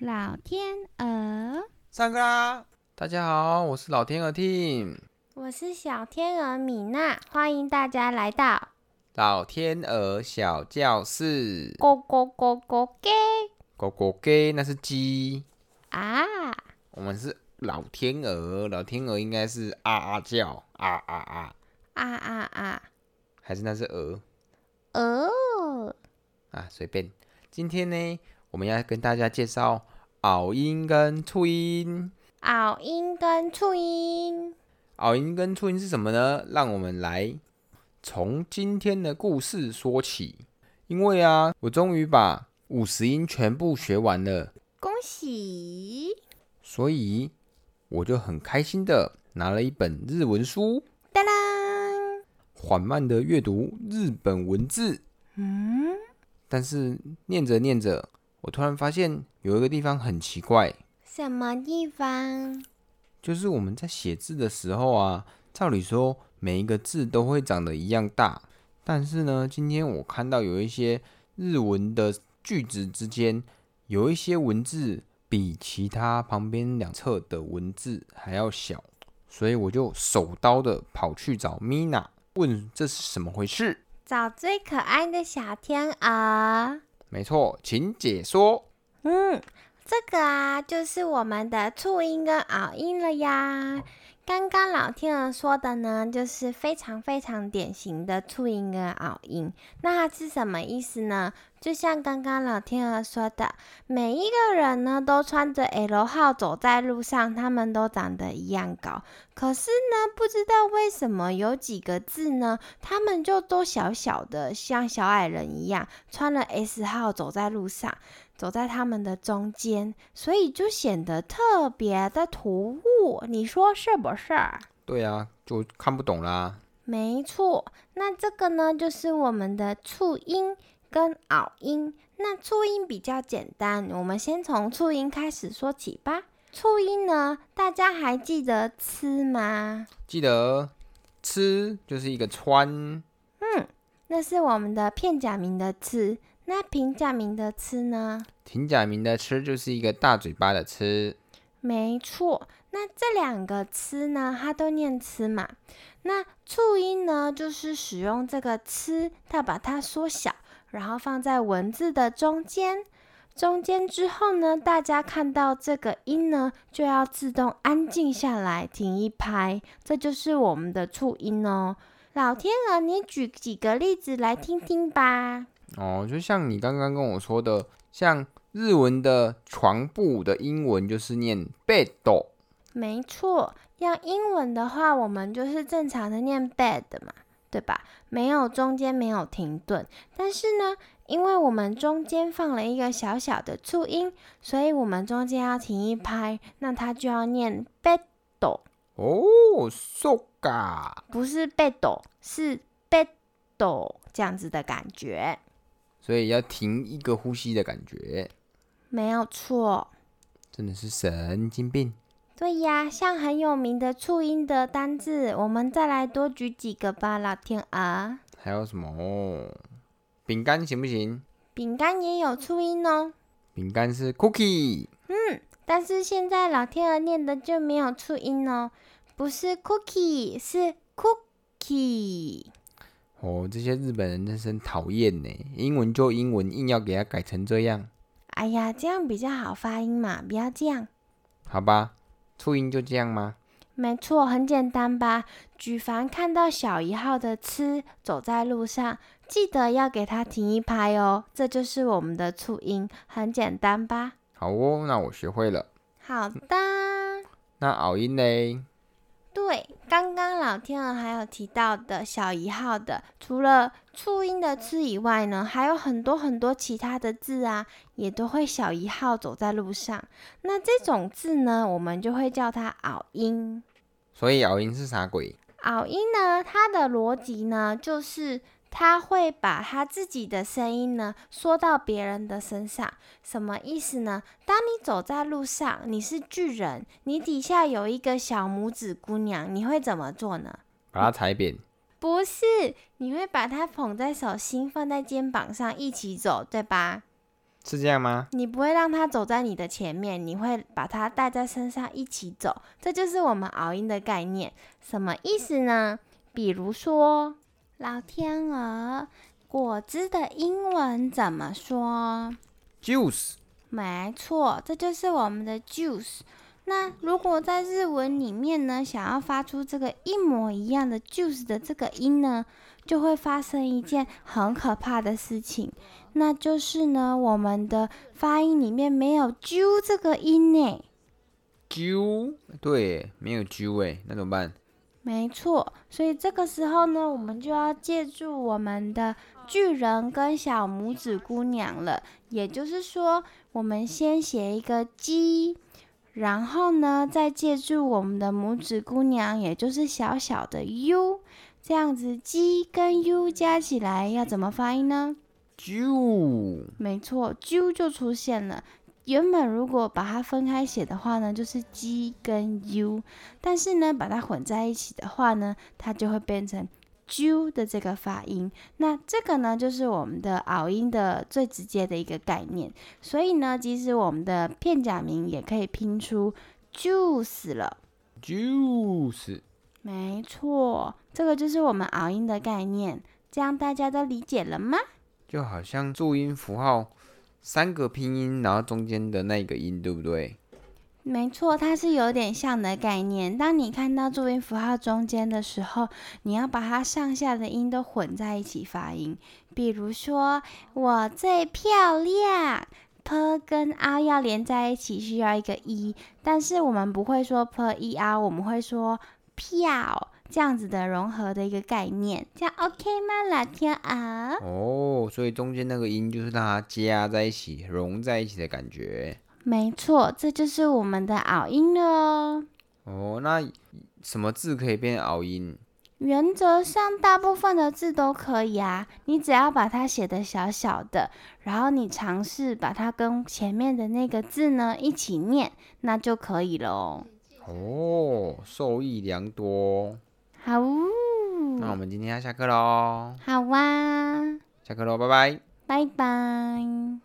老天鹅，上课啦！大家好，我是老天鹅 team。我是小天鹅米娜，欢迎大家来到老天鹅小教室，咕咕咕咕给狗狗给那是鸡，啊！我们是老天鹅，老天鹅应该是啊啊叫，啊啊啊，啊啊啊！还是那是鹅哦，啊？随便。今天呢，我们要跟大家介绍拗音跟促音。拗音跟促音，拗音跟促音是什么呢？让我们来从今天的故事说起。因为啊，我终于把五十音全部学完了，恭喜！所以我就很开心的拿了一本日文书，当当，缓慢的阅读日本文字。嗯，但是念着念着，我突然发现有一个地方很奇怪，什么地方？就是我们在写字的时候啊，照理说每一个字都会长得一样大，但是呢，今天我看到有一些日文的句子之间，有一些文字比其他旁边两侧的文字还要小，所以我就手刀的跑去找 Mina 问这是什么回事。找最可爱的小天鹅。没错，请解说。嗯，这个啊，就是我们的促音跟拗音了呀。刚刚老天鹅说的呢，就是非常非常典型的促音跟拗音。那它是什么意思呢？就像刚刚老天鹅说的，每一个人呢都穿着 L 号走在路上，他们都长得一样高。可是呢，不知道为什么有几个字呢，他们就都小小的，像小矮人一样，穿了 S 号走在路上。走在他们的中间，所以就显得特别的突兀。你说是不是？对啊，就看不懂啦。没错，那这个呢，就是我们的促音跟拗音。那促音比较简单，我们先从促音开始说起吧。促音呢，大家还记得“吃”吗？记得吃就是一个穿，那是我们的片假名的“吃”。那平假名的“吃”呢？挺假名的吃就是一个大嘴巴的吃。没错，那这两个“吃”呢，它都念“吃”嘛。那促音呢，就是使用这个“吃”，它把它缩小，然后放在文字的中间。中间之后呢，大家看到这个音呢，就要自动安静下来，停一拍。这就是我们的促音哦。老天鹅，你举几个例子来听听吧。哦，就像你刚刚跟我说的，像日文的床布的英文就是念 bed，没错，要英文的话，我们就是正常的念 bed 嘛，对吧？没有中间没有停顿。但是呢，因为我们中间放了一个小小的促音，所以我们中间要停一拍，那它就要念 bed，哦，so ga，不是 bed，是 bed 这样子的感觉，所以要停一个呼吸的感觉，没有错。真的是神经病。对呀，像很有名的促音的单字，我们再来多举几个吧，老天鹅。还有什么？哦饼干行不行？饼干也有促音哦。饼干是 cookie，但是现在老天鹅念的就没有促音哦，不是 cookie，是 cookie。哦，这些日本人真是很讨厌呢。英文就英文，硬要给它改成这样，哎呀，这样比较好发音嘛，不要这样。好吧？促音就这样吗？没错，很简单吧？举凡看到小一号的“吃”走在路上，记得要给它停一拍哦，这就是我们的促音，很简单吧？好哦，那我学会了。好的。那拗音嘞？对，刚刚老天鹅还有提到的小一号的，除了促音的“次”以外呢，还有很多很多其他的字啊，也都会小一号走在路上。那这种字呢，我们就会叫它拗音。所以拗音是啥鬼？拗音呢，它的逻辑呢，就是它会把它自己的声音呢说到别人的身上，什么意思呢？当你走在路上，你是巨人，你底下有一个小拇指姑娘，你会怎么做呢？把它踩扁。不是，你会把它捧在手心，放在肩膀上一起走，对吧？是这样吗？你不会让它走在你的前面，你会把它带在身上一起走，这就是我们熬音的概念。什么意思呢？比如说，老天鹅，果汁的英文怎么说？ juice 没错，这就是我们的 juice。那如果在日文里面呢，想要发出这个一模一样的 juice 的这个音呢，就会发生一件很可怕的事情，那就是呢，我们的发音里面没有 “ju” 这个音呢。 ju 对耶，没有 ju 哎，那怎么办？没错，所以这个时候呢，我们就要借助我们的巨人跟小拇指姑娘了。也就是说，我们先写一个鸡，然后呢，再借助我们的拇指姑娘，也就是小小的 u，这样子鸡跟 u 加起来要怎么发音呢？ ju 没错，ju 就出现了。原本如果把它分开写的话呢，就是鸡跟 u，但是呢，把它混在一起的话呢，它就会变成 ju 的这个发音。那这个呢，就是我们的拗音的最直接的一个概念。所以呢，即使我们的片假名也可以拼出 juice 了。 juice 没错，这个就是我们拗音的概念。这样大家都理解了吗？就好像注音符号三个拼音，然后中间的那个音，对不对？没错，它是有点像的概念。当你看到注音符号中间的时候，你要把它上下的音都混在一起发音。比如说，我最漂亮，p 跟 r 要连在一起需要一个一，但是我们不会说 p e r，我们会说票这样子的融合的一个概念，这样 OK 吗，老天鹅？哦，所以中间那个音就是让它加在一起、融在一起的感觉。没错，这就是我们的拗音了哦。哦，那什么字可以变拗音？原则上，大部分的字都可以啊，你只要把它写的小小的，然后你尝试把它跟前面的那个字呢一起念，那就可以了哦。哦，受益良多。好哦，那我们今天要下课喽，好哇、啊，下课喽，拜拜。拜拜。